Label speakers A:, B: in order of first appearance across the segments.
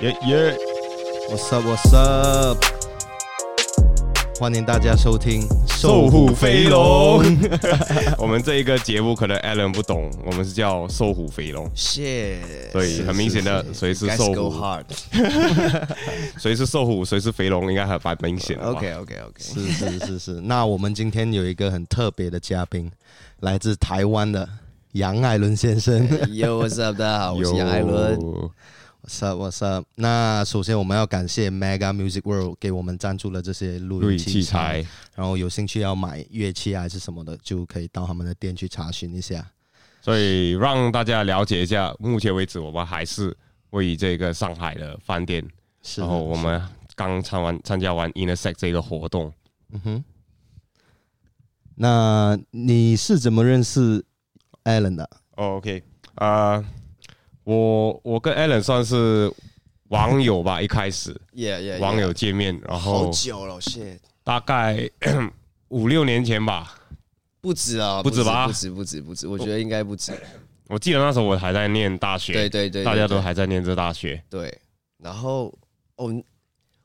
A: 耶耶！。
B: What's up? What's up? 欢迎大家收听《
A: 我们这一个节目可能 Alan 不懂，我们是叫瘦虎飞龙，
B: 谢，
A: 所以
B: 是
A: 很明显的谁是瘦虎
B: Guys go hard。
A: 谁是瘦虎，谁是肥龙，应该还蛮明显的吧。
B: OK OK OK。是是是是。那我们今天有一个很特别的嘉宾，来自台湾的杨艾伦先 生。
C: Yo, what's up？大家好，我 是
A: 有
C: 杨艾伦。
B: What's up? What's up? 那首先我们要感谢 Mega Music World 给我们赞助了这些录
A: 录音
B: 音
A: 器材，
B: 然后有兴趣要买乐器啊还是什么的，就可以到他们的店去查询一下。
A: 所以让大家了解一下，目前为止我们还是位于这个上海的饭店，
B: 是的，
A: 然后我们刚参完参加完 Intersect 这个活动。
B: 嗯哼，那你是怎么认识 Allen 的？
A: 哦 OK，呃，我我跟 Alan 算是网友吧，一开始
C: Yeah, yeah, yeah
A: 网友见面，然
C: 好
A: 后
C: 久了，shit，
A: 大概 五六年前吧，
C: 不止啊，
A: 不止吧哦
C: 不止，不止，不止，我觉得应该不止。
A: 我记得那时候我还在念大学，
C: 对对对，
A: 大家
C: 对
A: 都还在念这大学，
C: 对。然后，哦，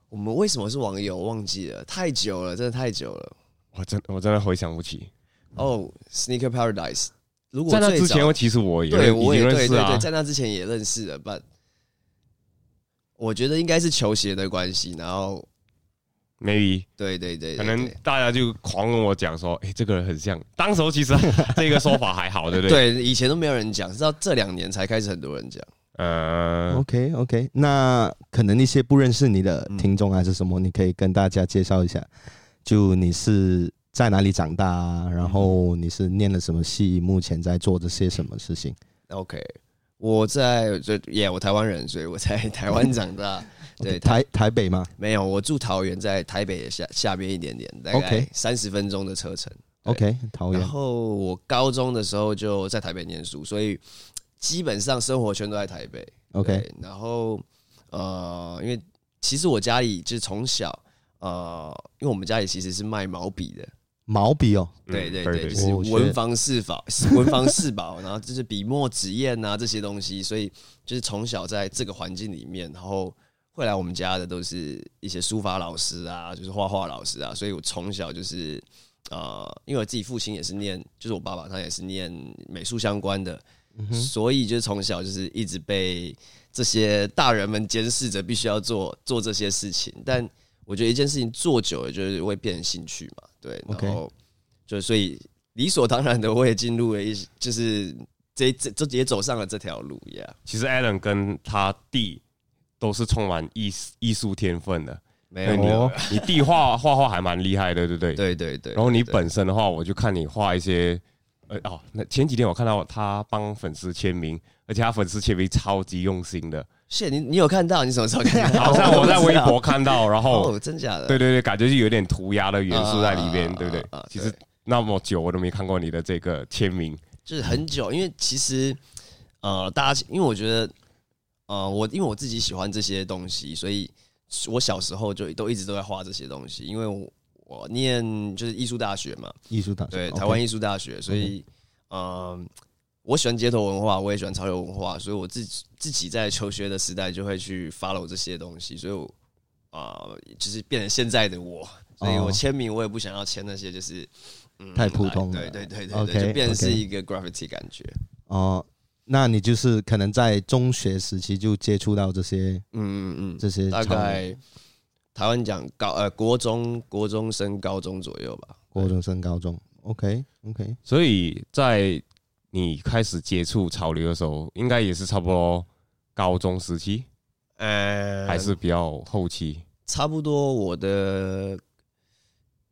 C: 我们为什么是网友？忘记了，太久了，真的太久了。
A: 我真我真的回想不起。
C: 哦，Sneaker Paradise，如果
A: 在那
C: 最
A: 之
C: 早
A: 前，其实我也
C: 对，
A: 已
C: 我也
A: 经认
C: 对
A: 识
C: 对
A: 啊
C: 对，，在那之前也认识了，but 我觉得应该是球鞋的关系。然后，
A: maybe
C: 对对对，对
A: 可能
C: 对
A: 大家就狂跟我讲说，哎，这个人很像。当时候其实 这个说法还好，对不对？对，
C: 对以前都没有人讲，是到这两年才开始很多人讲。
A: 呃，
B: OK OK，那可能一些不认识你的
C: 嗯
B: 听众还是什么，你可以跟大家介绍一下，就你是在哪里长大、啊，然后
C: 嗯
B: 你是念了什么系，目前在做这些什么事情。
C: OK，我在就也、我台湾人，所以我在 台湾长大。对，台
B: 台台北吗
C: 没有，我住桃园，在台北下下边一点点，大概
B: OK
C: 三十分钟的车程。对
B: ？OK，桃
C: 然
B: 园。
C: 后我高中的时候就在台北念书，所以基本上生活圈都在台北。
B: OK，
C: 对然后呃，因为其实我家里就是从小呃，因为我们家里其实是卖毛笔的，
B: 毛笔哦，
A: 嗯
C: 对对
A: 对
C: 对，
A: 对
C: 就是
B: 哦学
C: 文房四宝，文房四宝，然后就是笔墨纸砚啊这些东西，所以就是从小在这个环境里面，然后会来我们家的都是一些书法老师啊，就是画画老师啊，所以我从小就是呃，因为我自己父亲也是念，就是我爸爸他也是念美术相关的，
B: 嗯
C: 所以就是从小就是一直被这些大人们监视着，必须要做做这些事情，但。我觉得一件事情做久了，就是会变成兴趣嘛，对，
B: OK
C: 然后就所以理所当然的，我也进入了一些，就是这这这也走上了这条路呀。
A: 其实 Alan 跟他弟都是充满艺艺术天分的。
C: 没
A: 那你、
B: 哦
A: 你弟画画画还蛮厉害的，对不对？。
C: 对对对。
A: 然后你
C: 对
A: 本身的话，我就看你画一些，呃哦，那前几天我看到他帮粉丝签名，而且他粉丝签名超级用心 的，
C: 谢你，你有看到？你什么时候看到？
A: 好像我在
C: 不
A: 微
C: 知道
A: 博看到，然后
C: 哦，真假的？
A: 对对对，感觉就有点涂鸦的元素在里面，
C: 啊
A: 对不对
C: 啊啊啊？
A: 其实那么久我都没看过你的这个签名，
C: 就是很久，因为其实呃，大家因为我觉得呃，我因为我自己喜欢这些东西，所以我小时候就都一直都在画这些东西，因为我我念就是艺术大学嘛，
B: 艺术大学
C: 对，
B: OK
C: 台湾艺术大学，所以，嗯，我喜欢街头文化，我也喜欢潮流文化，所以我自己自己在求学的时代就会去 follow 这些东西，所以我啊、呃就是变成现在的我，所以
B: 哦
C: 我签名我也不想要签那些就是、嗯
B: 太普通了
C: 对对对对对
B: OK，
C: 就变成是
B: OK
C: 一个 graffiti 感觉，
B: 哦，那你就是可能在中学时期就接触到这些
C: 嗯嗯
B: 这些
C: 嗯，大
B: 潮流
C: 概台湾讲高呃国中国中升高中左右吧，
B: 国中升高中。OK OK，
A: 所以在你开始接触潮流的时候，应该也是差不多高中时期，
C: 呃
A: 还是比较后期。
C: 差不多我的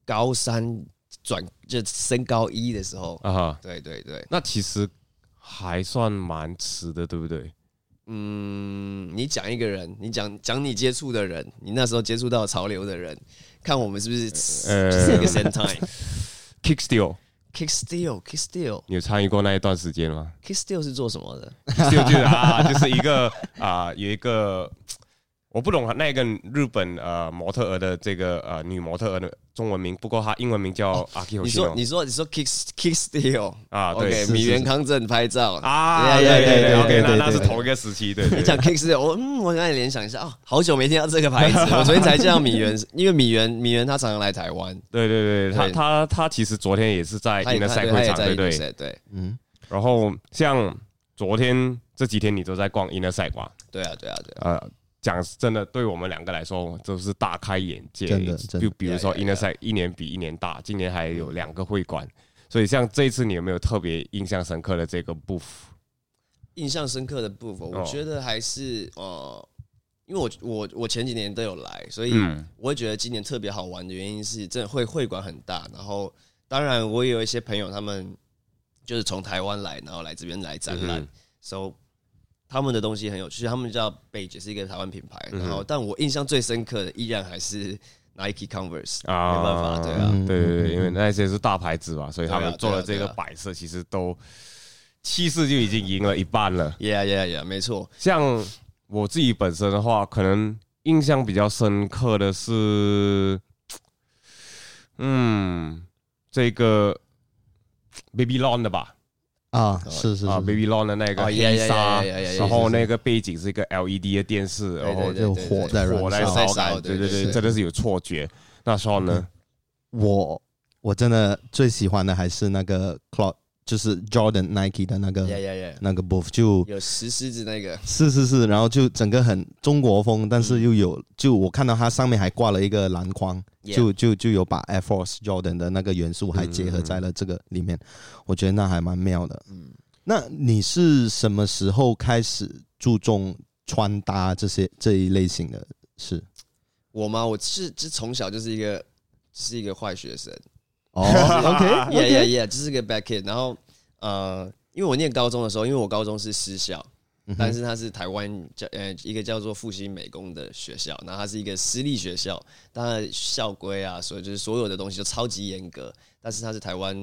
C: 高三转就升高一的时候，
A: 啊哈，
C: 对对对，
A: 那其实还算蛮迟的，对不对？
C: 嗯，你讲一个人，你讲讲你接触的人，你那时候接触到潮流的人，看我们是不是
A: 呃
C: 是一个 same time？Kick
A: Kick Steel，
C: Steal，Kick Steal，Kick
A: 你有参与过那一段时间吗
C: Steal 是做什么的？
A: ？Kick Steel 就是啊，就是一个啊，有一个我不懂那个日本呃模特儿的这个呃女模特儿的中文名，不过她英文名叫阿 Q。
C: 哦你说你说你说 kick kick steal
A: 啊对
C: ，OK，
A: 是
C: 米原康正拍照
A: 啊，对
B: 对
A: 对对
B: 对对
A: ，OK，那
B: 对
A: 那是
B: 对
A: 同一个时期，对对 对
C: 你讲 kick steal，我嗯，我让你联想一下哦，好久没听到这个牌子， 我昨天才见到米原，因为米原米原他常常来台湾，
A: 对对对，他
C: 对
A: 他他其实昨天也是在
C: 他也
A: Inner
C: 他
A: Cycle
C: 他也
A: 场，
C: 在
A: 对对。
C: 赛对
B: 嗯，
A: 然后像昨天这几天你都在逛 Inner Cycle，
C: 对啊对啊对啊，
A: 呃，讲真的，对我们两个来说都是大开眼界。
B: 真的真的
A: 就比如说 Inner Side 一年比一年大，今年还有两个会馆，所以像这一次你有没有特别印象深刻的这个 booth？
C: 印象深刻的部分，我
A: 哦
C: 觉得还是呃，因为我我我前几年都有来，所以
A: 嗯
C: 我会觉得今年特别好玩的原因是，真的会会馆很大，然后当然我也有一些朋友他们就是从台湾来，然后来这边来展览，
A: 嗯
C: so 他们的东西很有趣，他们叫贝姐是一个台湾品牌，
A: 嗯哼
C: 然后但我印象最深刻的依然还是 Nike Converse，
A: 啊，
C: 没办法对啊
B: 嗯
A: 对对对，因为那些是大牌子嘛，所以他
C: 对啊
A: 们
C: 对啊
A: 做了这个
C: 对啊
A: 摆设，其实都气势就已经赢了一半了。
C: ，Yeah Yeah Yeah，没错，
A: 像我自己本身的话，可能印象比较深刻的是，嗯，这个 Baby Lon 的吧，
B: 啊，是是
A: 啊
B: 是，
A: ，Baby Lon 的那个
C: 哦
A: 黑纱，
C: 呀呀呀呀呀呀
A: 然后那个背景是一个 LED 的电视，然后
C: 对
A: 就
B: 就火在
A: 火在
B: 燃烧
A: 烧
C: 在烧
A: 感，
C: 对
A: 对对
C: 对对嗯
A: 对，真的是有错觉。那时候呢，
B: 我我真的最喜欢的还是那个 Cloud，就是 Jordan Nike 的那个
C: Yeah Yeah Yeah，
B: 那个 booth，就
C: 有石狮子那个，
B: 是是是，然后就整个很中国风，但是又有就我看到它上面还挂了一个篮筐
C: Yeah
B: 就就就有把 Air Force Jordan 的那个元素还结合在了这个里面，我觉得那还蛮妙的。嗯，那你是什么时候开始注重穿搭这些这一类型的事？
C: 我吗？我是就从小就是一个是一个坏学生
B: 哦 ，OK，
C: ，yeah yeah yeah，就是个 bad kid。然后呃，因为我念高中的时候，因为我高中是私校，但是它是台湾叫呃一个叫做复兴美工的学校，然后它是一个私立学校，当然校规啊，所以就是所有的东西都超级严格，但是它是台湾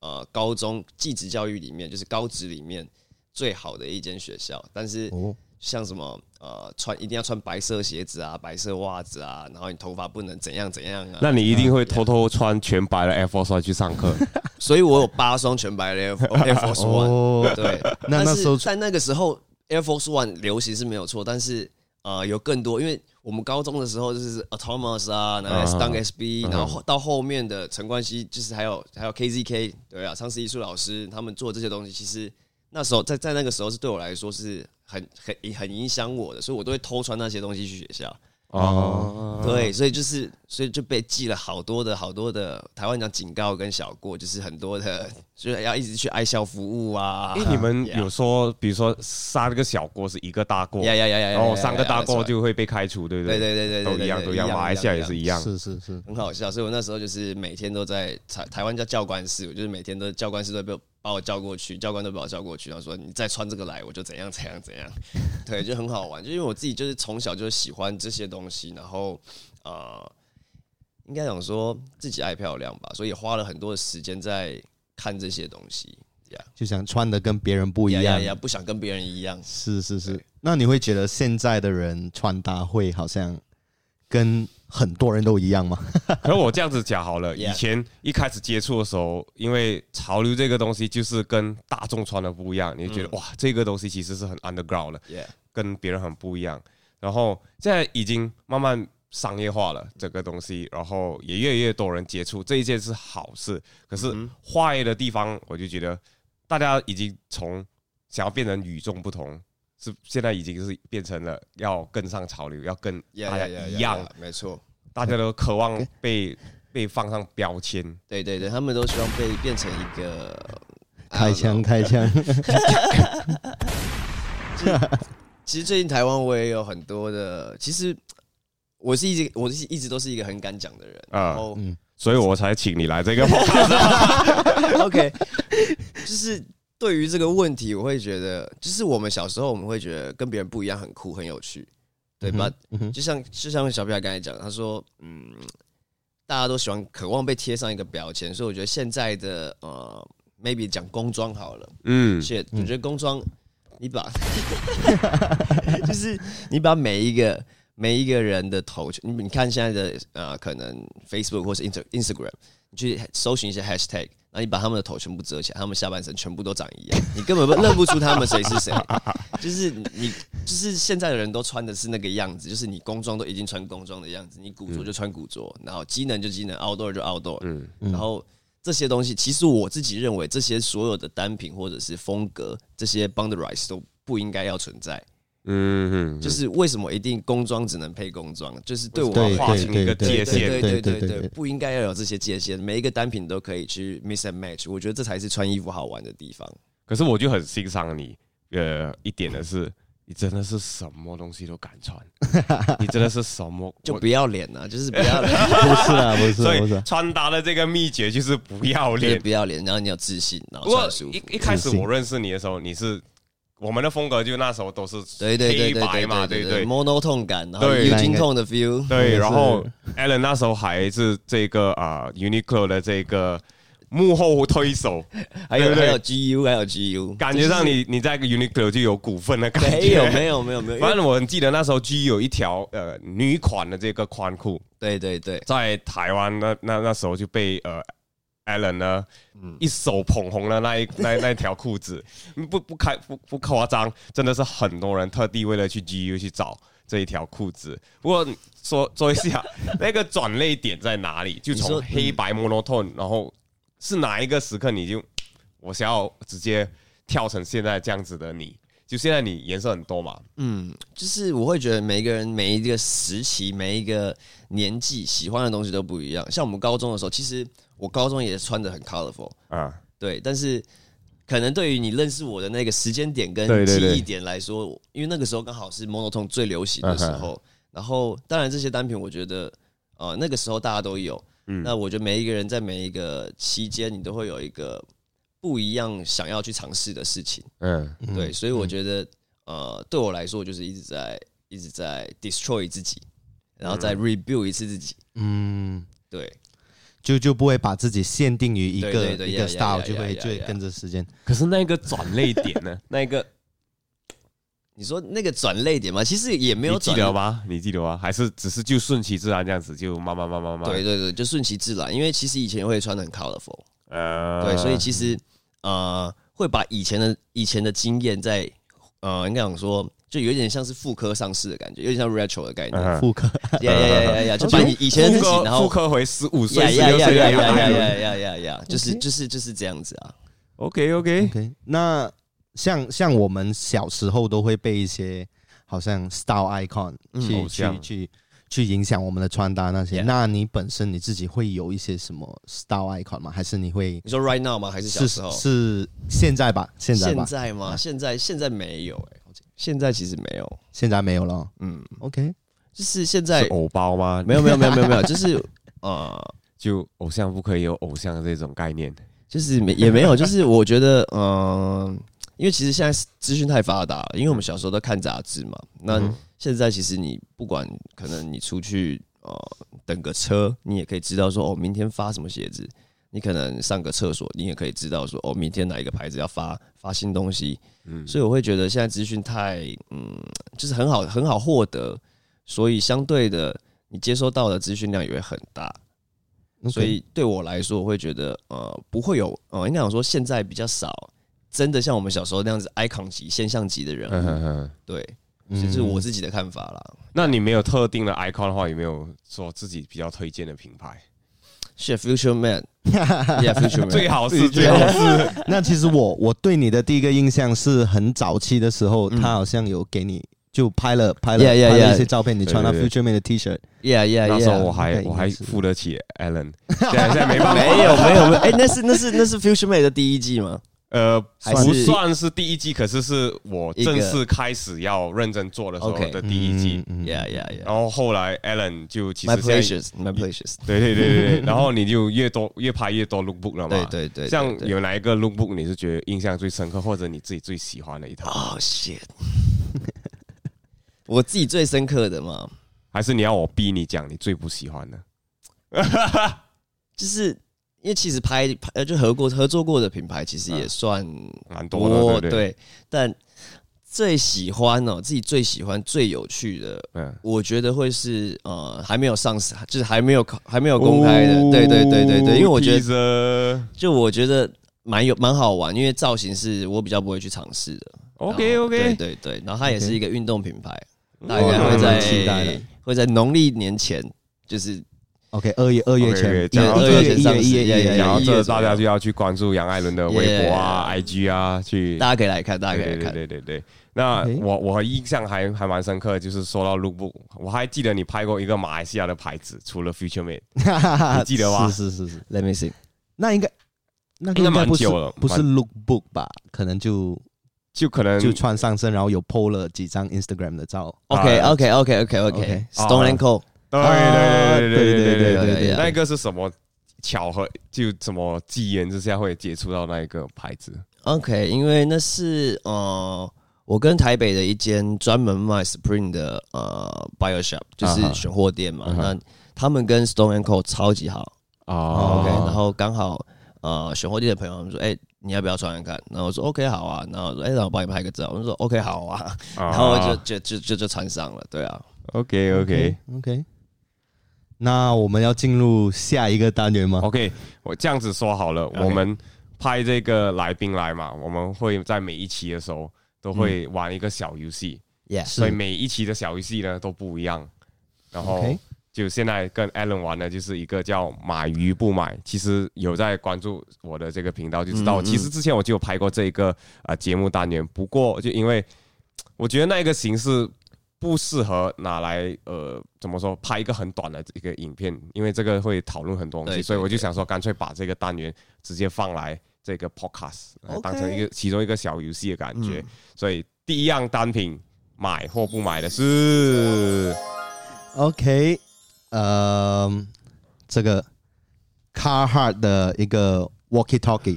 C: 呃高中技职教育里面，就是高职里面最好的一间学校，但是。
B: 哦，
C: 像什么呃，穿一定要穿白色鞋子啊，白色袜子啊，然后你头发不能怎样怎样啊。
A: 那你一定会偷偷穿全白的 Air Force One 去上 课，
C: 所以我有八双全白的 Air Air Force One。
B: 哦，
C: 对，
B: 那
C: 但
B: 那
C: 是
B: 时候
C: 在那个时候 Air Force One 流行是没有错，但是呃有更多，因为我们高中的时候就是 Atomus 啊，然后 Stunk
B: 嗯
C: SB，、然后后到后面的陈冠希，就是还有还有 KZK，对啊，上次艺术老师他们做这些东西，其实那时候在在那个时候是对我来说是很很很影响我的，所以我都会偷穿那些东西去学校。
B: 啊
C: 嗯
A: 哦，
C: 对，所以就是，所以就被记了好多的好多的台湾讲警告跟小过，就是很多的，就是要一直去爱校服务啊。
A: 因为你们有说，比如说三个小锅是一个大锅，
C: 呀呀呀呀，
A: 然后三个大锅
C: 锅
A: 就会被开除，对不
C: 对
A: 对？
C: 对对对，
A: 都一样，都一样，马来西亚也是
C: 一
A: 一样。
B: 是是是，
C: 很好笑。所以我那时候就是每天都在台台湾叫教官室，我就是每天都教官室都被我把我叫过去，教官都把我叫过去，然后说你再穿这个来，我就怎样怎样怎样。 对，就很好玩，就因为我自己就是从小就喜欢这些东西，然后呃，应该讲说自己爱漂亮吧，所以花了很多的时间在看这些东西，
B: 就想穿的跟别人不一
C: 呀
B: 样
C: 呀，呀，不想跟别人一样。
B: 是是是。那你会觉得现在的人穿搭会好像跟很多人都一样吗？
A: 可是我这样子讲好了，
C: Yeah
A: 以前一开始接触的时候，因为潮流这个东西就是跟大众穿的不一样，你就觉得、哇，这个东西其实是很 underground 的，
C: Yeah，
A: 跟别人很不一样。然后现在已经慢慢商业化了这个东西，然后也越来越多人接触，这一件是好事。可是
C: 嗯
A: 坏的地方，我就觉得大家已经从想要变成与众不同，是现在已经是变成了要跟上潮流，要跟大家一样，
C: 没错。
A: 大家都渴望被被放上标签。
C: 对对对，他们都希望被变成一个 啊
B: 开枪开枪，
C: 其实最近台湾我也有很多的，其实我是一直我是一直都是一个很敢讲的人，
A: 啊
C: 然后、
A: 所以我才请你来这 个
C: OK，就是对于这个问题，我会觉得，就是我们小时候我们会觉得跟别人不一样很酷很有趣，对吧？
B: 嗯哼
C: 就像就像小屁孩刚才讲，他说，嗯，大家都喜欢渴望被贴上一个标签，所以我觉得现在的呃，maybe 讲工装好了。
A: 嗯，
C: 是，我 觉得工装，你把，就是你把每一个每一个人的头，你你看现在的呃，可能 Facebook 或是 Inst Instagram，你去搜寻一些 hashtag，那你把他们的头全部遮起来，他们下半身全部都长一样，你根本不认不出他们谁 是谁。就是你，就是现在的人都穿的是那个样子，就是你工装都已经穿工装的样子，你古着就穿古着，然后机能就机能，outdoor 就 outdoor，嗯，然后。这些东西，其实我自己认为，这些所有的单品或者是风格，这些 boundaries 都不应该要存在。
A: 嗯，嗯
C: 就是为什么一定工装只能配工装？就是
A: 对
C: 对我
A: 我
B: 对
A: 要划清一个界限，
C: 对对对
B: 对对对
C: 对，不应该要有这些界限，每一个单品都可以去 miss and match，我觉得这才是穿衣服好玩的地方。
A: 可是我就很欣赏你，呃，一点的是，你真的是什么东西都敢穿， 你真的是什么
C: 就
A: 我
C: 不要脸啊，就是不 要脸，
B: 不是啊，不是
A: 所
B: 啊，不是
A: 以
B: 啊，
A: 穿搭的这个秘诀就是不要
C: 就是
A: 脸。
C: 不要脸，然后你要自信，然
A: 不
C: 后
A: 过
C: 穿舒服
A: 一。一开始
B: 自信
A: 我认识你的时候，你是我们的风格就那时候都是
C: 对对对
A: 黑
C: 对
A: 白嘛，
C: 对
A: 对
C: 对
A: 不
C: 对
A: 对？
C: ，monotone 感，然后
A: 对
C: u 金痛的 feel，
A: 对，
B: 是
A: 然后 Alan 那时候还是这个啊 Uniqlo 的这个幕后推 手，
C: 还有
A: 对对
C: 还
A: 对
C: 有 GU，还有 GU，
A: 感觉上你你在 Uniqlo 就有股份的感觉。
C: 没有没有没有没有，因为
A: 反正我很记得那时候 G 有一条呃女款的这个宽裤，
C: 对对对，
A: 在台湾那那那时候就被呃 Allen 呢一手捧红了那一那那条裤子， 不不开不不夸张，真的是很多人特地为了去 GU 去找这一条裤子。不过说说一下 那个转泪点在哪里，就
C: 你
A: 从
C: 说
A: 黑白 monotone，然后是哪一个时刻你就我想要直接跳成现在这样子的你。就现在你颜色很多嘛，
C: 嗯，就是我会觉得每一个人、每一个时期、每一个年纪喜欢的东西都不一样。像我们高中的时候，其实我高中也穿的很 colorful，
A: 啊，
C: 对，但是可能对于你认识我的那个时间点
A: 对
C: 跟
A: 对
C: 记
A: 对
C: 忆点来说，因为那个时候刚好是 monotone 最流行的时
A: 嗯
C: 候，然后当然这些单品我觉得呃那个时候大家都有，
A: 嗯
C: 那我觉得每一个人在每一个期间，你都会有一个不一样想要去尝试的事情。
A: 嗯，
C: 对，所以我觉得，呃，对我来说，我就是一直在一直在 destroy 自己，然后再
A: 嗯
C: rebuild 一次自己。
B: 嗯，
C: 对，
B: 就就不会把自己限定于一
C: 对
B: 个
C: 对对
B: 一个
C: yeah, yeah,
B: style，
C: yeah,
B: 就会
C: yeah,
B: 就会
C: yeah.
B: 跟着时间。
A: 可是那个转泪点呢？那一个
C: 你说那个转泪点嘛，其实也没有
A: 你记
C: 转。
A: 得吗？你记得吗？还是只是就顺其自然这样子，就慢慢慢慢慢。
C: 对，对对，就顺其自然，因为其实以前会穿的很 colorful，、
A: 呃
C: 对，所以其实
A: 嗯
C: 呃会把以前的以前的经验在呃应该讲说，就有点像是复刻上市的感觉，有点像 retro 的概念，
A: 嗯
B: 复刻，
C: 呀呀呀呀呀，就把以以前的
A: 复
C: 自己，然
A: 刻
C: 后
A: 复刻回十五岁、
C: 呀
A: 十
C: 呀
A: 六
C: 呀
A: 岁
C: 呀
A: 的
C: 呀呀
A: 样子。
C: 呀呀呀呀，就是就是就是这样子啊。
A: OK OK，
B: OK，那像像我们小时候都会被一些好像 style icon 去、
A: 偶
B: 去
A: 像
B: 去去影响我们的穿搭那些。
C: 嗯 Yeah
B: 那你本身你自己会有一些什么 style icon 吗？还是你会
C: 你说 right now 吗？还是小
B: 是
C: 时候？
B: 是现在吧？现在吧？
C: 现
B: 现在
C: 在吗？
B: 啊
C: 现在现在没有哎、现在其实没有，
B: 没有了。
C: 嗯，
B: OK，
C: 就是现
A: 是
C: 在
A: 偶包吗？
C: 没有没有没有没有没有，就是呃，
A: 就偶像不可以有偶像的这种概念。
C: 就是没也没有，就是我觉得嗯、呃因为其实现在资讯太发达了，因为我们小时候都看杂志嘛，那现在其实你不管可能你出去呃等个车，你也可以知道说哦，明天发什么鞋子。你可能上个厕所，你也可以知道说哦，明天哪一个牌子要发发新东西，
A: 嗯，
C: 所以我会觉得现在资讯太嗯，就是很好很好获得，所以相对的你接收到的资讯量也会很大。
B: OK
C: 所以对我来说，我会觉得呃不会有呃应该讲说现在比较少，真的像我们小时候那样子 icon 级现象级的人
A: 嗯
C: 物，
A: 哼哼
C: 对，
B: 嗯
C: 这是我 自己的看法啦。
A: 那你没有特定的 icon 的话，有没有说自己比较推荐的品牌？
C: 是 future man，yeah，future man，
A: 最好 是最
B: 对
A: 好
B: 对那其实我我对你的第一个印象是很早期的时候，他好像有给你就拍了拍了
C: Yeah, yeah,
B: 拍了一
C: 嗯 yeah
B: 些照片，你穿那
A: 对对
B: Future Man 的 T 恤，
C: yeah，yeah，yeah，
A: 那时候我还
B: 应该
A: 我还
B: 是
A: 付得起 Alan，现在现在没办法。
C: 没有没有没有，哎、那是那是那是 future man 的第一季吗？
A: 呃，
C: 还
A: 不
C: 是
A: 算是第一季，可是是我正式开始要认真做的时候
C: OK
A: 的第一季。
B: 嗯嗯
C: Yeah, yeah, yeah.
A: 然后后来 Alan 就其
C: My
A: 实现在
C: pleasures, my pleasures.
A: 对对对对对，然后你就越多越拍越多 lookbook 了嘛。
C: 对对对，
A: 像
C: 对
A: 有哪一个 lookbook 你是觉得印象最深刻，或者你自己最喜欢的一套，
C: 哦、shit！我自己最深刻的嘛，
A: 还是你要我逼你讲你最不喜欢 的？
C: 就是因为其实拍拍
A: 嗯
C: 呃就合过合作过的品牌，其实也算
A: 蛮多的，
C: 多，
A: 对不对？
C: 但最喜欢哦，自己最喜欢、最有趣的，
A: 嗯，
C: 我觉得会是呃，还没有上市，就是还没有还没有公开的，对对对对对，因为我觉得
A: 哦得
C: 就我觉得蛮有蛮好玩，因为造型是我比较不会去尝试的。
A: OK
C: 然后
A: OK，哦
C: 对对对，然后它也是一个运动品牌，大
B: 我
C: 概
B: 还
C: 会
B: 蛮
A: 嗯
C: 在
B: 期待的
C: 会在农历年前，就是
B: ？OK，二月二月
A: 二月
B: 前，
A: 讲到
B: 一
A: 这
B: 月
A: 个
B: 一月一月一
C: 对
B: 月
A: 然后
C: 一
A: 这
C: 月左右
A: 大家就要去关注杨艾伦的微博啊、
C: Yeah
A: IG 啊，去
C: 大家可以来看，大家可
A: 对
C: 以来
A: 对
C: 看。
A: 对对对。那
B: OK
A: 我我印象还还蛮深刻，就是说到 lookbook，我还记得你拍过一个马来西亚的牌子，除了 Future Mate，
B: 一，
A: 你记得吧
B: 是是是是，
C: Let me see，
B: 那应该那个
A: 应该
B: 应该
A: 蛮
B: 不是
A: 久了
B: 不是
A: 蛮嗯
B: lookbook 吧？可能就
A: 就可能
B: 就穿上身，然后有 PO 了几张 Instagram 的照。
C: OK
A: 啊
C: OK OK OK OK
B: OK
C: Stone and Cold，
A: 对
B: 啊
A: 对对对对
B: 对
C: 对
B: 对
C: 对
A: 对，
B: 对
A: 那个是什么巧合？就什么机缘之下会接触到那一个牌子？
C: OK，因为那是呃，我跟台北的一间专门卖 Spring 的呃 Bio Shop，就是
A: 啊哈
C: 选货店嘛。
A: 啊哈
C: 那他们跟 Stone and Co 超级好、
A: 哦
C: o k 然后刚好呃选货店的朋友他们说，哎、你要不要穿看看？然后我说 OK 好啊，然后我说哎、让我帮你拍个照，我就说 OK 好啊，
A: 然
C: 然后就就就就就穿上了，对啊。
A: OK OK
B: OK，那我们要进入下一个单元吗？
A: OK，我这样子说好了，我们派这个来宾来嘛，我们会在每一期的时候都会玩一个小游戏，
C: Yeah，
A: 所以每一期的小游戏呢都不一样，然后
B: OK。
A: 就现在跟 Alan 玩的就是一个叫“买鱼不买”，其实有在关注我的这个频道就知道，
C: 嗯嗯
A: 其实之前我就有拍过这一个呃节目单元，不过就因为我觉得那一个形式不适合拿来呃怎么说拍一个很短的一个影片，因为这个会讨论很多东
C: 对
A: 西，
C: 对
A: 所以我就想说干脆把这个单元直接放来这个 podcast，呃
C: OK
A: 当成一个其中一个小游戏的感觉
C: 嗯。
A: 所以第一样单品买或不买的是
B: OK，呃，这个 Carhartt 的一个 Walkie Talkie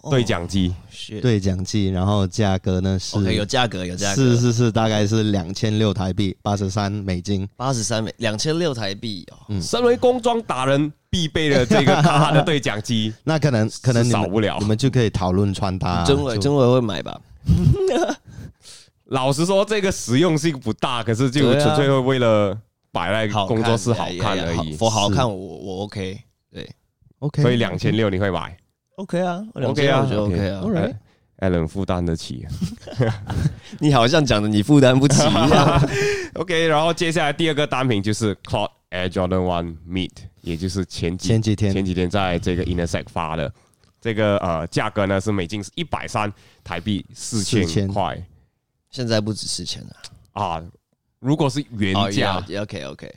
C: 哦
A: 对讲机。
C: 是
B: 对讲机，然后价格呢是
C: OK，有价格有价格，
B: 是是是，大概是两千六台币，八十三美金。
C: 八十三美两千六台币哦。
A: 身为工装达人必备的这个卡哈的对讲 机，
B: 那可能可能你
A: 少
B: 们
A: 不了
B: 你。们就可以讨论穿搭。
C: 真
A: 啊
C: 伟
B: 就
C: 真伟会买吧？
A: 老实说，这个实用性不大，可是就
C: 对啊
A: 纯粹会为了摆在
C: 好看哎
A: 工作室好看而已。
C: 我好
B: 是
C: 看我我 OK
B: OK，
A: 所以两千六你会买
C: OK 啊
A: OK 啊
C: 我觉
A: OK
C: 得 OK 啊。
B: Alright
A: ？Allen 负担得起。
C: 你好像讲的你负担 不起一样。
A: OK，然后接下来第二个单品就是 Cloud Air Jordan One Meet，也就是前几
B: 前几天
A: 前几天在这个 Intersect 发的。这个呃价格呢是每斤是一百三台币四千
B: 4000
A: 块
C: 现在不止四千 了，
A: 啊，如果是原
C: 哦
A: 价、
C: OK OK，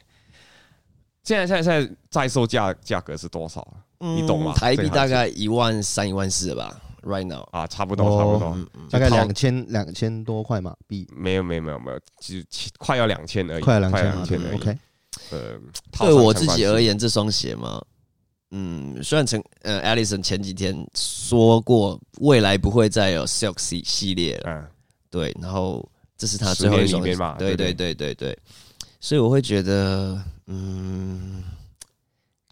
A: 现在现在现在在售价价格是多少啊？
C: 嗯
A: 你懂吗？
C: 台
A: 这
C: 币
A: 个
C: 大
A: 行情
C: 概一万三一万四了吧，right now。
A: 啊，差不多
B: 哦
A: 差不多
C: 嗯，
B: 大概
A: 套
B: 两千两千多块马币，
A: 没有没有没有没有，就七快要两千而已，
B: 快
A: 两
B: 两千马币
A: 千而已。
B: OK，
A: 呃，套
C: 对
A: 上
C: 我
A: 成
C: 自
A: 本
C: 己
A: 是
C: 而言，这双鞋嘛，嗯，虽然陈呃 Alison 前几天说过未来不会再有 Silk 系系列了，
A: 嗯，
C: 对，然后这是他
A: 十
C: 最后
A: 年
C: 一
A: 里
C: 双
A: 面嘛
C: 对
A: 对
C: 对对对对，所以我会觉得，嗯，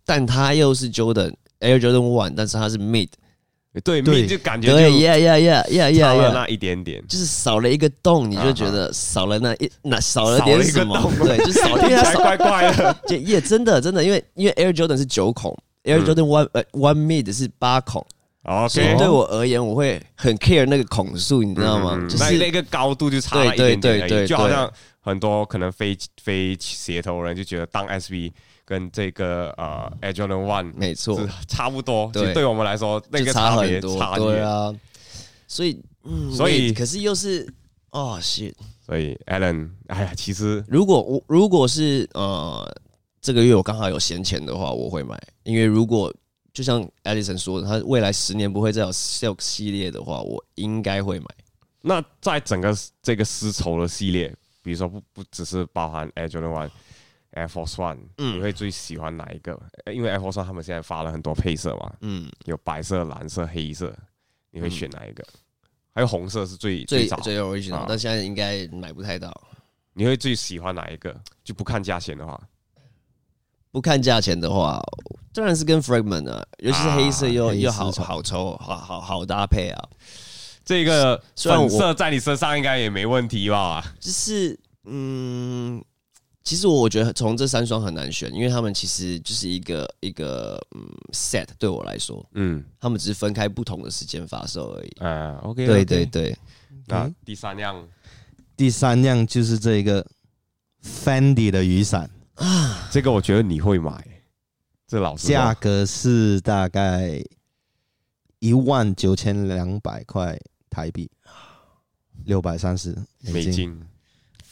C: 但他又是 Jordan 哎 Air Jordan One，但是他是 Mid，
A: 对，
B: 对
A: 你就感觉
C: 对
A: 就
C: ，Yeah Yeah Yeah Yeah
A: 差
C: Yeah
A: 了
C: Yeah，
A: 那一点点。
C: 就是少了一个洞，你
A: 啊哈
C: 就觉得少了那一那少了点什么
A: 少了一，
C: 对，就少了，
A: 听
C: 因为
A: 起
C: 它
A: 来
C: 少
A: 怪怪的，
C: 也也真的真的，因为因为 Air Jordan 是九孔，Air
A: 嗯哦
C: Jordan One 呃 One Mid 是八孔，所以
A: OK，
C: 对我而言，我会很 care 那个孔数，你知道吗
A: 嗯？
C: 就
A: 那
C: 是
A: 那个高度就差了一点点
C: 对对
A: 而
C: 对
A: 已，
C: 对
A: 就好像很多可能非非鞋头人就觉得当 SV 跟这个呃 Air Jordan One
C: 没错，
A: 是差不多，其实
C: 对
A: 对我们来说那
C: 就
A: 个
C: 差
A: 差别
C: 很多，
A: 差
C: 对
A: 远。
C: 啊，所以，嗯，
A: 所以
C: 我也可是又是，哦，是，
A: 所以 Alan，哎呀，其实
C: 如果我如果是呃这个月我刚好有闲钱的话，我会买，因为如果就像 Alison 说的，他未来十年不会再有 Silk 系列的话，我应该会买。
A: 那在整个这个丝绸的系列，比如说不不只是包含 Air Jordan One、Air Force One，、
C: 嗯
A: 你会最喜欢哪一个？呃因为 Air Force One 他们现在发了很多配色嘛，
C: 嗯，
A: 有白色、蓝色、黑色，你会选哪一个？还有红色是最
C: 嗯最
A: 早，
C: 最 original，、
A: 啊
C: 但现在应该买不太到。
A: 你会最喜欢哪一个？就不看价钱的话，
C: 不看价钱的话，当
A: 啊
C: 然是跟 Fragment 啊，尤其是黑色又、
B: 啊
C: 又好
B: 黑色
C: 好抽，好好好搭配啊。
A: 这个
C: 虽然我
A: 粉色在你身上应该也没问题吧？
C: 就是嗯，其实我觉得从这三双很难选，因为他们其实就是一个一个嗯 set 对我来说，
A: 嗯
C: 他们只是分开不同的时间发售而已。
A: 啊，OK，
C: 对对。对，
A: 那第三样，
B: 第三样就是这个 Fendi 的雨伞，
A: 这个我觉得你会买，这老实
B: 价
A: 话，
B: 格是大概一万九千两百块台币，六百三十
A: 美
B: 美金。
A: 金。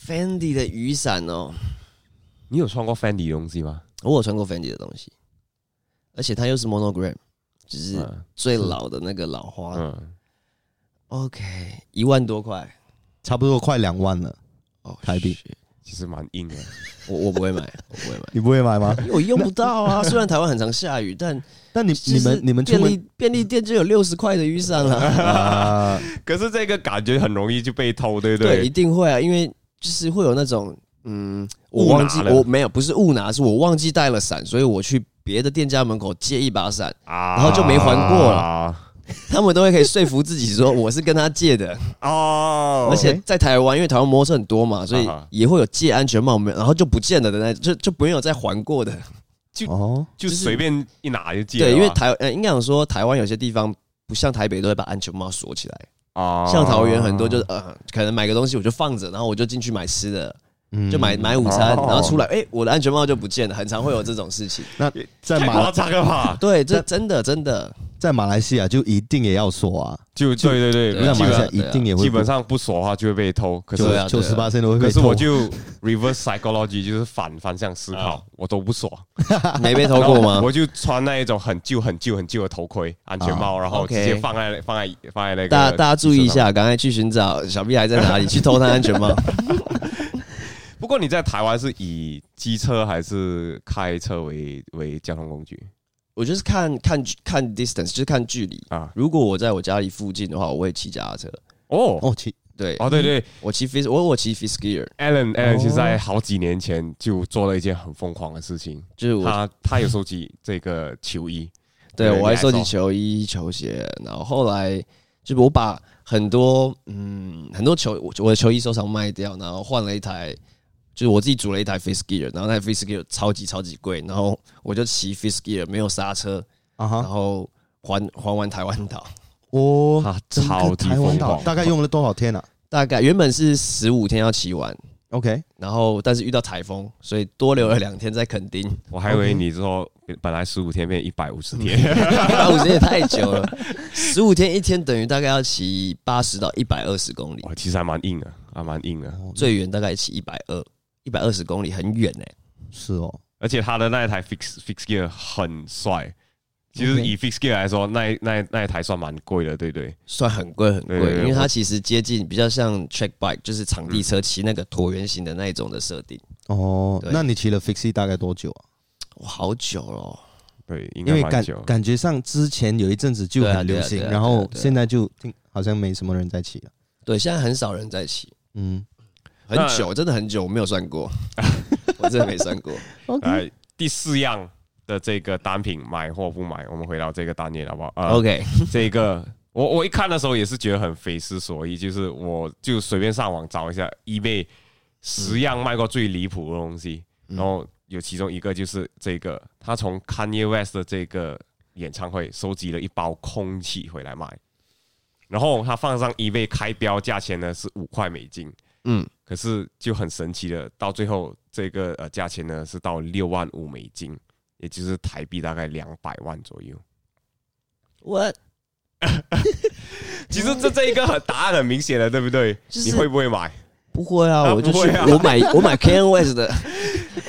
C: Fendi 的雨伞哦，
A: 你有穿过 Fendi 的东西吗？
C: 我有穿过 Fendi 的东西，而且它又是 monogram，就是哦
A: 嗯
C: 最老的那个老花。
A: 嗯，
C: OK，一万多块
B: 差不多快两万了，
C: 哦，
B: 台币
C: shit，
A: 其实蛮硬的。
C: 我我不会买， 我不会买，
B: 你不会买吗？
C: 因为我用不到 啊。虽然台湾很常下雨，但
B: 但你
C: 就是
B: 你们你们出
C: 便
B: 门
C: 利便利店就有六十块的雨伞了。
B: 啊、
A: 可是这个感觉很容易就被偷，对不
C: 对，
A: 对？
C: 一定会啊，因为就是会有那种嗯，我
A: 误拿
C: 忘记
A: 了
C: 我没有，不是误拿，是我忘记带了伞，所以我去别的店家门口借一把伞，
A: 啊
C: 然后就没还过
A: 了。
C: 他们都会可以说服自己说我是跟他借的，
A: 哦，
C: 而且在台湾，因为台湾摩托车很多嘛，所以
A: 啊哈
C: 也会有借安全帽没有，然后就不见了的那，就就不用有再还 过的。
B: 哦，
A: 就
C: 就是
A: 随便一拿就借了吧。
C: 对，因为台呃，应该讲说台湾有些地方。不像台北都会把安全帽锁起来，
A: 啊
C: 像桃园很多就是呃，可能买个东西我就放着，然后我就进去买吃的，
B: 嗯
C: 就买买午餐，
A: 哦
C: 然后出来，哎、我的安全帽就不见了，很常会有这种事 情。
B: 那在
A: 太
B: 马
A: 夸张了吧？
C: 对，这真的真 的，
B: 在马来西亚就一定也要锁啊，
A: 就对对
C: 对
A: 对，啊
B: 在
A: 基
B: 马来西亚
A: 本
B: 一定也会
A: 基本上不锁的话就会被偷。可是
B: 九
C: 对啊
B: 九十八线都会
A: 可
B: 被
A: 是
B: 偷。
A: 我就 reverse psychology 就是反方向思
C: 啊
A: 考，我都不锁。
C: 没被偷过吗？
A: 我就穿那一种很旧、很旧、很旧的头盔、安全帽，然后
C: 啊 OK
A: 直接放在放在放在那个。
C: 大大家注意一。下，赶快去寻找小屁孩在哪里，去偷他安全 帽。
A: 不过你在台湾是以机车还是开车为为交通工具
C: 我就是看看看 distance，就是看距离。
A: 啊？
C: 如果我在我家里附近的话，我会骑脚踏车。
A: 哦
B: 哦，其
C: 对，
A: 哦，对对
C: 我骑 fis，我我骑 fis gear，
A: ，Alan
B: 哦
A: Alan 其实在好几年前就做了一件很疯狂的事情，
C: 就是我
A: 他他有收集这个球衣，
C: 对
A: 对
C: 我还收集
A: 你还收
C: 球衣、球鞋，然后后来就是我把很多嗯很多球我我的球衣收藏卖掉，然后换了一台。就是我自己组了一台 Face Gear，然后那台 Face Gear 超级超级贵，然后我就骑 Face Gear 没有刹车，
B: 啊
C: 然
B: 哈，
C: 后环环完台湾岛，
B: 哦，
A: 他
B: 整
A: 超
B: 个
A: 级
B: 台湾
A: 疯
B: 岛
A: 狂，
B: 大概用了多少天啊
C: 大概原本是十五天要骑完，
B: ？OK，
C: 然后但是遇到台风，所以多留了两天在垦丁，
A: 我还以为你说本来十五天变一百五十天，
C: 那五十天也太久了，十五天一天等于大概要骑八十到一百二十公里，
A: 哇，其实还蛮硬的，还蛮硬啊的。
B: 哦
C: 最远大概骑一百二。一百二十公里很远欸呢、
B: 是哦，
A: 而且他的那一台 fix fix gear 很帅。其实
B: OK
A: 以 fix gear 来说，那那那一台算蛮贵的，对不对？
C: 算很贵很
A: 对
C: 贵
A: 对，对
C: 因为它
A: 我嗯
C: 其实接近比较像 track bike，就是场地车骑那个椭圆形的那一种的设定。
B: 哦，
C: 对
B: 那你骑了 Fixie 大概多久啊？
C: 哇，好久了哦、
A: 对，应
B: 因
A: 该
B: 为
A: 蛮
B: 感
A: 久。
B: 感觉上之前有一阵子就
C: 对啊
B: 很流行
C: 对啊对，啊
B: 然
C: 对啊
B: 后
C: 对啊
B: 现在就听好像没什么人在骑了。
C: 对，现在很少人在骑，
B: 嗯
C: 很
A: 那
C: 久，真的很久，我没有算 过，我真的没算过。
B: ，OK，
A: 来，第四样的这个单品买或不买，我们回到这个单页好 不好？啊
C: OK，
A: 这个我我一看的时候也是觉得很匪思所议，就是我就随便上网找一下 eBay 十样卖过最离谱的东西，然后有其中一个就是这个，他从 Kanye West 的这个演唱会收集了一包空气回来卖，然后他放上 eBay 开标价钱呢是五块美金，
C: 嗯，
A: 可是就很神奇的，到最后这个呃价钱呢是到六万五美金，也就是台币大概两百万左右。
C: 我
A: 其实这这一个很答案很明显了，对不对？
C: 就是
A: 你会不会买？
C: 不会啊，
A: 啊
C: 我就
A: 不
C: 去
A: 会啊
C: 我买我买 Ken West 的，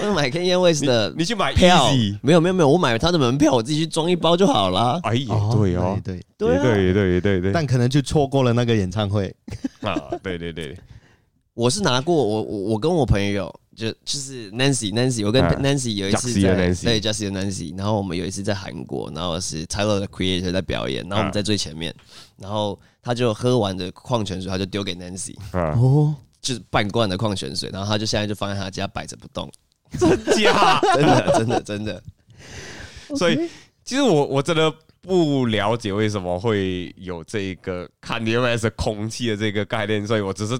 C: 我买 Ken West 的
A: 你去买
C: 票
A: Easy，，
C: 没有没有没有，我买他的门票，我自己去装一包就好啦。
A: 哎呀，对哦，
B: 对对，
C: 对
A: 也对
C: 啊，
A: 也对也对也对
B: 但可能就错过了那个演唱会。
A: 啊，对对对，
C: 我是拿过，我我我跟我朋友就就是 Nancy Nancy，我跟
A: 啊
C: Nancy 有一次
A: Jussie 的
C: 在
A: Nancy
C: 对 Jussie 的 Nancy，然后我们有一次在韩国，然后是 Tyler 的 Creator 在表演，然后我们
A: 啊
C: 在最前面，然后他就喝完的矿泉水，他就丢给 Nancy，
A: 啊，
B: 哦，
C: 就是半罐的矿泉水，然后他就现在就放在他家摆着不动，
A: 假。
C: 真的真的真的，
A: 所以其实我我真的不了解为什么会有这一个看 U S 空气的这个概念，所以我只是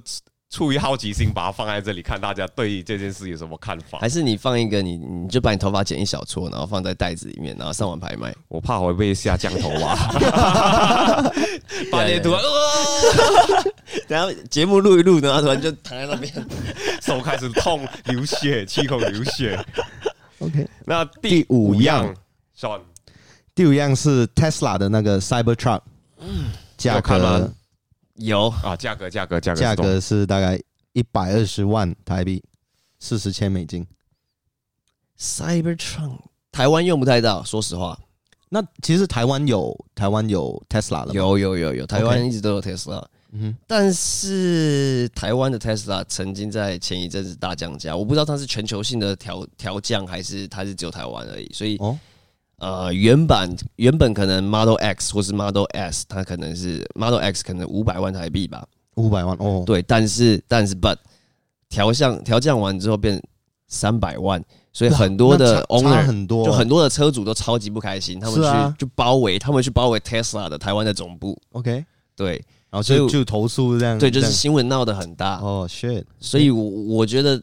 A: 出于好奇心把它放在这里，看大家对这件事有什么看法
C: 还。是你放一个你你就把你头发剪一小撮，然后放在袋子里面，然后上网拍卖。
A: 我怕我被下降头吧， 八点
C: 啊
A: 突然呃
C: 然后节目录一录，然后突然就躺在那 边。
A: 手开始痛，流血，气孔流血。
B: OK，
A: 那第五
B: 第五样
A: 样，Sean，
B: 第五样是 Tesla 的那个 Cybertruck，价
C: 嗯
A: 有看
B: 格
A: 吗
C: 有，
A: 啊，价格，价格，价格是多
B: 价
A: 少，
B: 格是大概一百二十万台币，四十千美金。
C: Cybertron，台湾用不太到，说实话。
B: 那其实台湾有台湾有 Tesla 了，，
C: 有有有有，台湾一直都有 Tesla，、
B: 嗯
C: 但是台湾的 Tesla 曾经在前一阵子大降价，我不知道它是全球性的调调降，还是它是只有台湾而已。所以
B: 哼，哦，
C: 呃，原版原本可能 Model X 或是 Model S，它可能是 Model X 可能五百万台币吧，
B: 五百万哦，
C: 对，但是但是 But 调降调降完之后变三百万，所以
B: 哇，
C: 很多的
B: 那差差
C: owner
B: 很多，啊
C: 就很多的车主都超级不开心，他们
B: 是
C: 去、
B: 啊
C: 就包围，他们去包围 Tesla 的台湾的总部。
B: OK，然
C: 对
B: 后
C: 所以
B: 就
C: 我
B: 就投诉这样，
C: 对，就是
B: 这样
C: 新闻闹得很大，
B: 嗯哦 shit，
C: 所以我我觉得，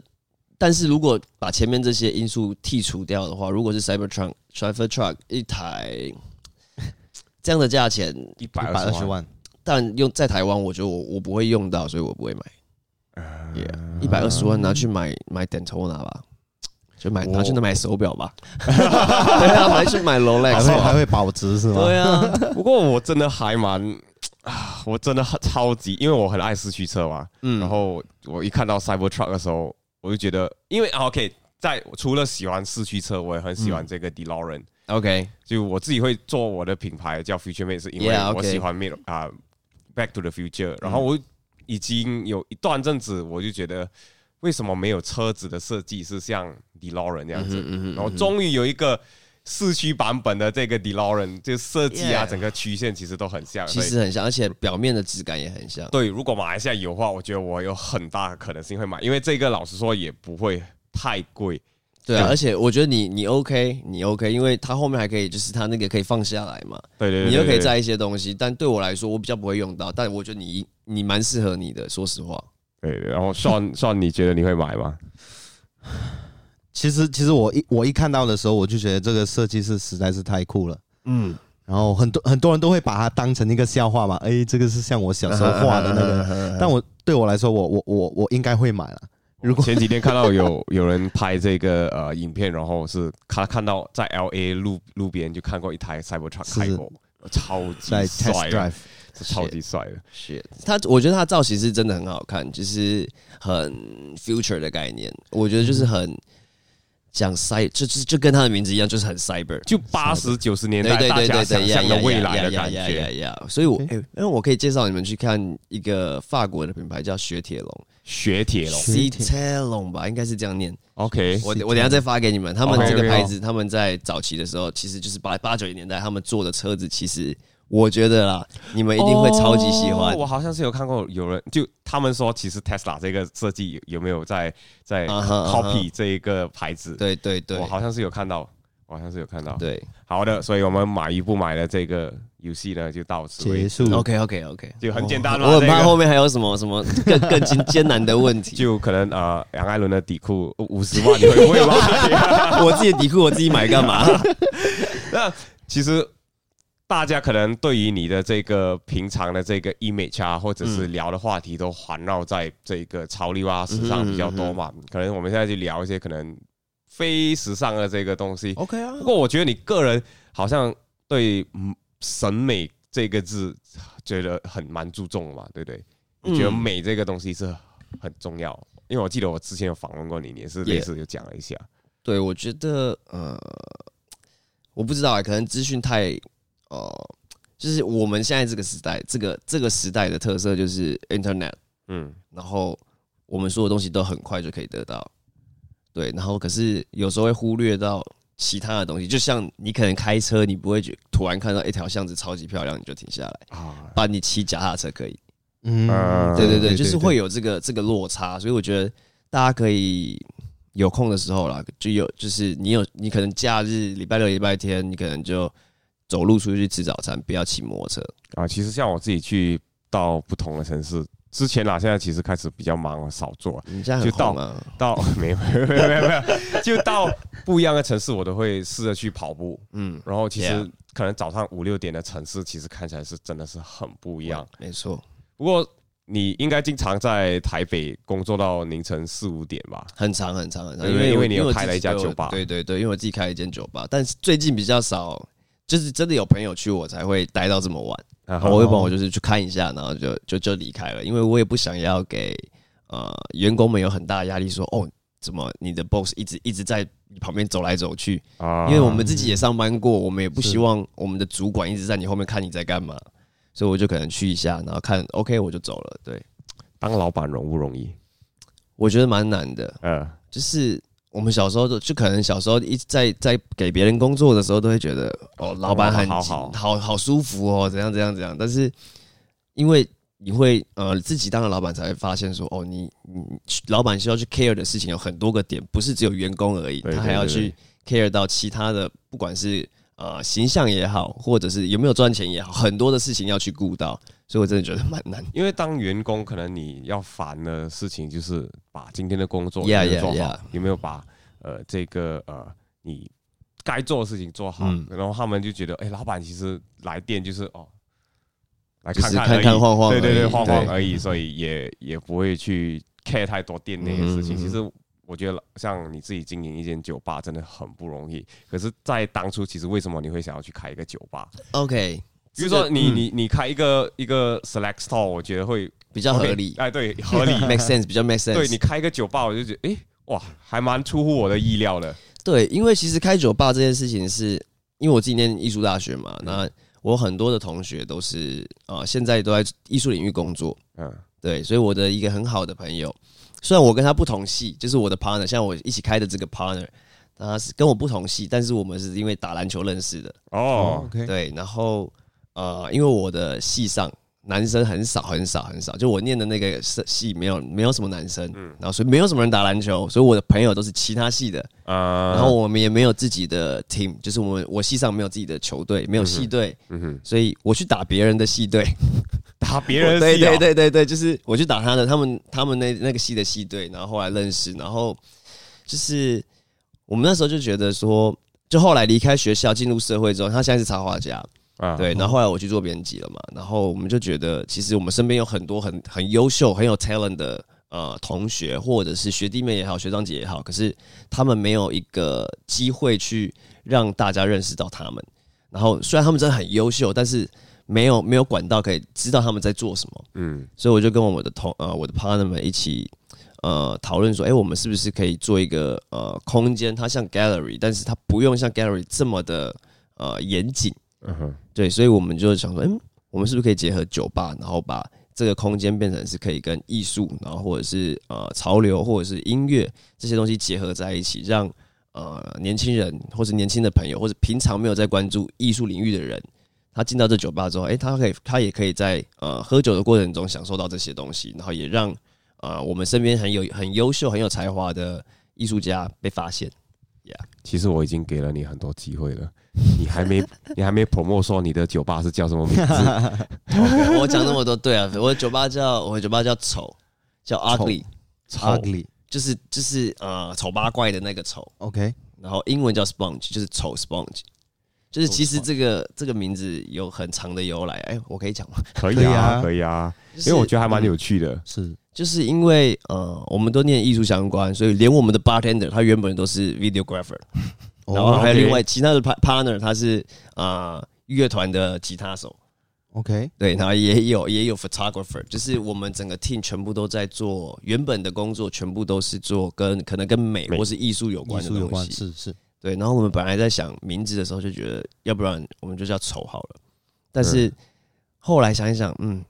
C: 但是如果把前面这些因素剔除掉的话，如果是 Cybertruck、Cybertruck 一台这样的价钱，
A: 一
B: 一
A: 百
B: 百二十万，
C: 但用在台湾，我觉得我我不会用到，所以我不会买。
A: 呃
C: 一百二十万拿去买买 Daytona 吧，就买拿去那买手 表吧。 对啊，拿去
B: 还
C: 买 Rolex
B: 会还
C: 吧。
B: 会保值是吗？
C: 对啊，
A: 不过我真的还蛮 啊，我真的很超级，因为我很爱四驱车嘛。
C: 嗯，
A: 然后我一看到 Cybertruck 的时候，我就觉得，因为啊 OK，在除了喜欢四驱车，我也很喜
B: 嗯
A: 欢这个 DeLorean。
C: OK，
A: 就我自己会做我的品牌叫 Future Mate，是因为
C: Yeah，OK 嗯
A: 我喜欢 Mate 啊、Back to the Future。然后我已经有一段阵子，我就觉得为什么没有车子的设计是像 DeLorean 那
C: 嗯
A: 样子？然后终于有一个四驱版本的这个 DeLorean，就设计啊，
C: Yeah
A: 整个曲线其实都很像。
C: 其
A: 所以
C: 实很像，而且表面的质感也很像。
A: 对，如果马来西亚有的话，我觉得我有很大的可能性会买，因为这个老实说也不会太贵。
C: 对啊，
A: 对
C: 而且我觉得你你 OK，你 OK，因为它后面还可以，就是它那个可以放下来嘛，
A: 对对对
C: 你又可以
A: 对
C: 载一些东西。但对我来说，我比较不会用到，但我觉得你你蛮适合你的，说实话。
A: 对，对然后算算，你觉得你会买吗？
B: 其实其实我一我一看到的时候，我就觉得这个设计师实在是太酷了。
C: 嗯，
B: 然后很多很多人都会把它当成一个笑话嘛，哎，这个是像我小时候画的那 个，但我对我来说，我我我我应该会买了。如果
A: 前几天看到有 有人拍这个呃影片，然后是他看到在 L A 路路边就看过一台 Cybertruck
B: 是
A: 开过，超
B: 在
A: 级
C: 啊
B: test
A: 帅的，
B: drive，
A: 是超级帅啊的。
C: 是它，我觉得它的造型是真的很好看，就是很 future 的概念。我觉得就是很讲 cy，就就就跟它的名字一样，就是很 cyber。
A: 就八十九十年
C: 对
A: 代
C: 对
A: 大
C: 对
A: 家
C: 对
A: 想
C: 对，呀
A: 象的
C: 呀
A: 未
C: 呀
A: 来的
C: 呀
A: 感
C: 呀呀
A: 觉，
C: 呀呀所以我，
B: 嗯
C: 哎因为我可以介绍你们去看一个法国的品牌叫雪铁龙
A: 雪铁龙。
B: 雪
C: c
B: 铁
C: t e l o n 吧，应该是这样念。
A: OK，
C: 我我等一下再发给你们。他们
A: 哦 OK，
C: 这个
A: OK，
C: 牌子，他们在早期的时候，其实就是八八九零年代他们做的车子，其实我觉得啦，你们一定会超级喜欢
A: 哦。我好像是有看过有人就他们说，其实 Tesla 这个设计有有没有在在
C: 啊哈啊哈
A: copy 这一个牌子？
C: 对对对
A: 我好像是有看到，我好像是有看到。
C: 对。
A: 好的，所以我们买与不买的这个游戏呢，就到此为止
B: 结。束。
C: OK OK OK，
A: 就很简单嘛。
C: 哦我很怕
A: 这个
C: 后面还有什么什么更更 艰艰难的问题。
A: 就可能呃，杨艾伦的底裤呃五十万，你会不会买？
C: 我自己的底裤我自己买干嘛？
A: 那其实大家可能对于你的这个平常的这个 image 啊，或者是聊的话题，都环绕在这个潮流啊、时尚比较多嘛。可能我们现在去聊一些可能非时尚的这个东西。
C: OK 啊
A: 不过我觉得你个人好像对嗯审美这个字觉得很蛮注重的嘛，对不对？
C: 嗯
A: 你觉得美这个东西是很重要，因为我记得我之前有访问过你，你也是类似有讲了一下。
C: 对，我觉得呃，我不知道啊、可能资讯太呃，就是我们现在这个时代，这个这个时代的特色就是 Internet，
A: 嗯，
C: 然后我们所有东西都很快就可以得到，对，然后可是有时候会忽略到。其他的东西，就像你可能开车，你不会觉突然看到一条巷子超级漂亮，你就停下来。
A: 啊，
C: 把你骑脚踏车可以，
B: 嗯
A: 呃
C: 对啊对对，就是会有这个这个落差，所以我觉得大家可以有空的时候啦，就有就是你有你可能假日礼拜六礼拜天，你可能就走路出去吃早餐，不要骑摩托车。
A: 啊，其实像我自己去到不同的城市之前啦，现在其实开始比较忙了，少做了。
C: 你这样很
A: 就到
C: 红啊！
A: 到没有没有没有没有没有，就到不一样的城市，我都会试着去跑步。
C: 嗯，
A: 然后其实
C: Yeah
A: 可能早上五六点的城市，其实看起来是真的是很不一样。
C: 没错，
A: 不过你应该经常在台北工作到凌晨四五点吧？
C: 很长很长很长，
A: 对对
C: 为
A: 因
C: 因
A: 为你又
C: 我
A: 开了一家酒吧
C: 对对对，因为我自己开了一间酒吧，但是最近比较少，就是真的有朋友去，我才会待到这么晚。
A: 然
C: 然哦后我
A: 后
C: 一般我就是去看一下，然后就就就离开了，因为我也不想要给呃员工们有很大的压力说，哦，怎么你的 boss 一直一直在你旁边走来走去，
A: 啊
C: 因为我们自己也上班过，我们也不
B: 是
C: 希望我们的主管一直在你后面看你在干嘛，所以我就可能去一下，然后看 OK 我就走了。对，
A: 当老板容不容 易？
C: 我觉得蛮难的，
A: 呃，
C: 就是我们小时候就就可能小时候一直在在给别人工作的时候，都会觉得哦，老板很
A: 好
C: 紧
A: 好
C: 好好舒服哦，怎样怎样怎样。但是因为你会呃自己当了老板，才会发现说哦，你你老板需要去 care 的事情有很多个点，不是只有员工而已，
A: 嗯对
C: 他
A: 对
C: 还要
A: 对
C: 去 care 到其他的，不管是呃形象也好，或者是有没有赚钱也好，很多的事情要去顾到。所以我真的觉得蛮难的。
A: 因为当员工，可能你要烦的事情就是把今天的工作有
C: Yeah,
A: 没有做好
C: yeah, yeah.
A: 有没有把呃这个呃你该做的事情做好，
B: 嗯
A: 然后他们就觉得，哎、老板其实来电就是哦，来
C: 就
A: 看
C: 是
A: 看
C: 看
A: 而已
C: 看晃晃
A: 对对对，
C: 而已
A: 晃晃
C: 对
A: 而已，所以也也不会去 care 太多店内的事情。
C: 嗯嗯嗯
A: 其实我觉得像你自己经营一间酒吧真的很不容易，可是，在当初其实为什么你会想要去开一个酒吧？
C: OK，
A: 比如说
C: 这个
A: 你
C: 嗯
A: 你你开一个一个 select store，我觉得会
C: 比较
A: OK，
C: 合理。
A: 哎，对，合理
C: ，make sense 比较 make sense。
A: 对你开一个酒吧，我就觉得，哎，哇，还蛮出乎我的意料的。
C: 对，因为其实开酒吧这件事情是，因为我自己念艺术大学嘛，那我很多的同学都是呃，现在都在艺术领域工作，
A: 嗯，
C: 对，所以我的一个很好的朋友，虽然我跟他不同系，就是我的 partner，像我一起开的这个 partner，他是跟我不同系，但是我们是因为打篮球认识的，
A: 哦，
B: ，OK，
C: 对，然后呃，因为我的系上男生很少很少很少，就我念的那个社系没有没有什么男生，
A: 嗯
C: 然后所以没有什么人打篮球，所以我的朋友都是其他系的，
A: 啊，
C: 然后我们也没有自己的 team，就是我们我系上没有自己的球队，没有系队，
A: 嗯哼，
C: 所以我去打别人的系队。
A: 打别人
C: 对对
A: 的啊
C: 对对对，就是我去打他的，他们他们那那个系的系队，然后后来认识，然后就是我们那时候就觉得说，就后来离开学校进入社会之后，他现在是插画家，
A: 啊，
C: 对，然后后来我去做编辑了嘛，然后我们就觉得，其实我们身边有很多很很优秀、很有 talent 的呃同学，或者是学弟妹也好、学长姐也好，可是他们没有一个机会去让大家认识到他们。然后虽然他们真的很优秀，但是没有没有管道可以知道他们在做什么，
A: 嗯，
C: 所以我就跟我的同呃我的 partner 们一起呃讨论说，哎、我们是不是可以做一个呃空间，它像 gallery，但是它不用像 gallery 这么的呃严谨。
A: 嗯哼，
C: 对，所以我们就想说，嗯，我们是不是可以结合酒吧，然后把这个空间变成是可以跟艺术，然后或者是呃潮流或者是音乐这些东西结合在一起，让呃年轻人或者年轻的朋友，或者平常没有在关注艺术领域的人，他进到这酒吧之后，诶，他可以他也可以在呃喝酒的过程中享受到这些东西，然后也让呃我们身边很有很优秀很有才华的艺术家被发现。
A: 其实我已经给了你很多机会了，你还 没你还没 promo 说你的酒吧是叫什么名字？
C: 哦 OK，我讲那么多，对啊，我的酒吧叫我的酒吧叫丑，叫 ugly。
B: ugly，OK，
C: 就是就是呃丑八怪的那个丑，然后英文叫 sponge，就是丑 sponge，就是其实这个这个名字有很长的由来。哎、我可以讲吗？
A: 可
B: 可
A: 以
B: 以
A: 啊，
B: 啊嗯
A: 可以啊，
C: 就 是
A: 因为我觉得还蛮有趣的。
B: 是
C: 就是因为呃我们都念艺术相关，所以连我们的 bartender 他原本都是 videographer，
B: 哦
C: 然后还有
A: OK
C: 另外其他的 par- partner 他是啊乐团的吉他手，
B: ，OK，
C: 对，然后也有也有 photographer，就是我们整个 team 全部都在做原本的工作，全部都是做跟可能跟美
A: 美
C: 或是艺术有
B: 艺
C: 关的
B: 术有
C: 东
B: 关
C: 西。
B: 是是
C: 对，然后我们本来在想名字的时候就觉得，要不然我们就叫丑好了。但是后来想一想，嗯，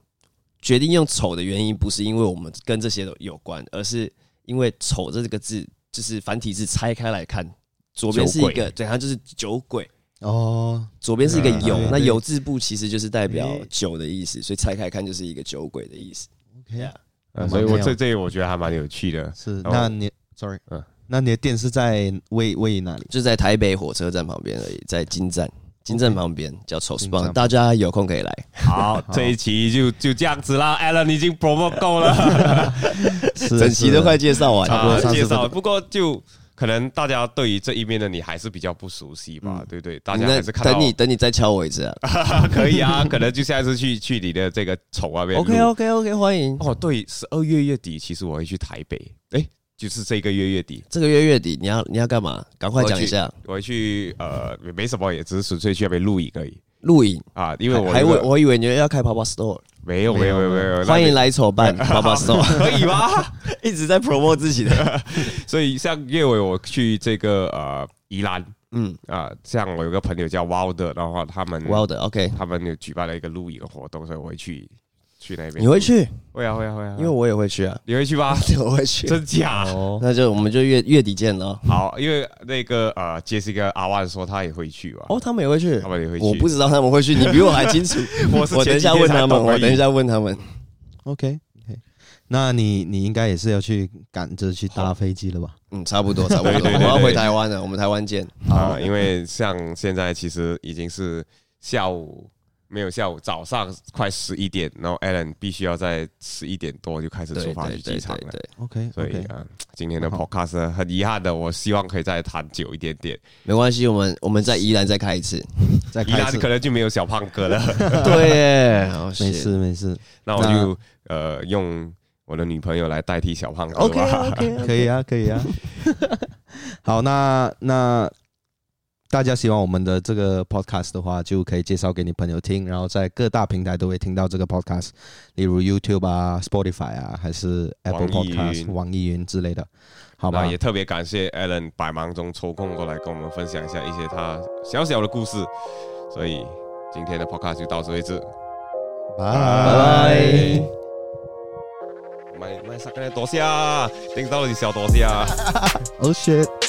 C: 决定用丑的原因不是因为我们跟这些有关，而是因为丑这个字就是繁体字拆开来看，左边是一
A: 酒
C: 个，对，它就是酒鬼，
B: 哦，
C: 左边是一个
A: 嗯
C: 有，
B: 对
C: 那
B: 对
C: 有字部其实就是代表
B: 诶
C: 酒的意思，所以拆开来看就是一个酒鬼的意思。
B: OK
C: Yeah
A: 呃
B: 蛮
A: 所以我
B: 妙
A: 这这我觉得还蛮有趣 的。
B: 是，
A: 然后
B: 那你 sorry，
A: 嗯
B: 那你的店是在位位于哪里？
C: 就在台北火车站旁边而已，在金站。金正旁边叫丑 s
B: 金
C: p
B: 正
C: a 大家有空可以来。
A: 好，这一期就就这样子啦。Alan 已经 promo 够了，
B: 是
C: 整期都快介绍 完
B: 差不多
A: 啊
C: 了，
B: 30
A: 介
B: 分
A: 绍。不过就可能大家对于这一面的你还是比较不熟悉
B: 嗯
A: 吧，对不对？大
C: 你
A: 家
C: 那
A: 还是看到
C: 等你等你再敲我一次 啊。
A: 可以 啊，可能就下一次去去你的这个丑那边录。
C: OK OK OK，欢迎。
A: 哦，对，十二月月底其实我会去台北，哎，就是这个月月底。
C: 这个月月底你要你要干嘛？赶快讲一下
A: 我会去呃，也没什么，也只是纯粹去那边录影而已
C: 录影，
A: 啊。因为我
C: 还
A: 有
C: 我
A: 个
C: 我以为你要开跑跑 Store，
A: 没有没有没有没有，
C: 欢迎
A: 来
C: 来 筹办跑跑 Store，
A: 可以吗？
C: 一直在 promote 自己 的。
A: 所以像月尾我去这个呃宜兰
C: 嗯
A: 啊，像我有个朋友叫 Wild，然后他们
C: ，Well 的 OK，
A: 他们有举办了一个录影的活动，所以我会去去那边。
C: 你会？去？
A: 会啊会啊会啊，
C: 因为我也会 去啊，
A: 你会去 吗？
C: 我会去。
A: 真假？
B: 哦，
C: 那就我们就月月底见了。
A: 好，因为那个呃，杰西跟阿万说他也会去吧。
C: 哦，他们也会去
A: 他，们也会去。
C: 我不知道他们会去，你比我还 清楚。
A: 我是
C: 我等一下
A: 前几天
C: 问
A: 才
C: 他们，
A: 懂而
C: 我
A: 已
C: 等一下问他们。
B: OK OK，那你你应该也是要去赶着去搭飞机了吧？
C: 嗯，差不多，差不
A: 对
C: 多。
A: 对
C: 我
A: 对
C: 要
A: 对
C: 回台湾了，我们台湾见。
A: 啊，因为像现在其实已经是下午，没有下午，早上快十一点，然后 Alan 必须要在十一点多就开始出
C: 对
A: 发去
C: 对
A: 机
C: 对
A: 场啊
C: 对
A: 了。
C: 对，
B: OK
A: 所以
B: OK，
A: 啊，今天的
B: 好
A: podcast 呢很遗憾的，我希望可以再谈久一点点。
C: 没关系，我们我们在宜兰再开 一次。
B: 再
A: 依
B: 开
A: 然
B: 始
A: 可，能就没有小胖哥了，
C: 对耶，
B: 没事没事，
A: 那我就呃用我的女朋友来代替小胖 哥
C: OK
A: 吧。
C: OK，
B: 可以啊可以啊。好，那那大家喜欢我们的这个 podcast 的话，就可以介绍给你朋友听，然后在各大平台都会听到这个 podcast，例如 YouTube 啊、Spotify 啊，还是 Apple
A: 网易云
B: Podcast、网易云之类的，好吧
A: 那？也特别感谢 Alan 百忙中抽空过来跟我们分享一下一些他小小的故事，所以今天的 podcast 就到此为止。
B: 拜
C: 拜。
A: 啊卖卖啥个多虾，顶到你小多虾。啊
B: Oh shit。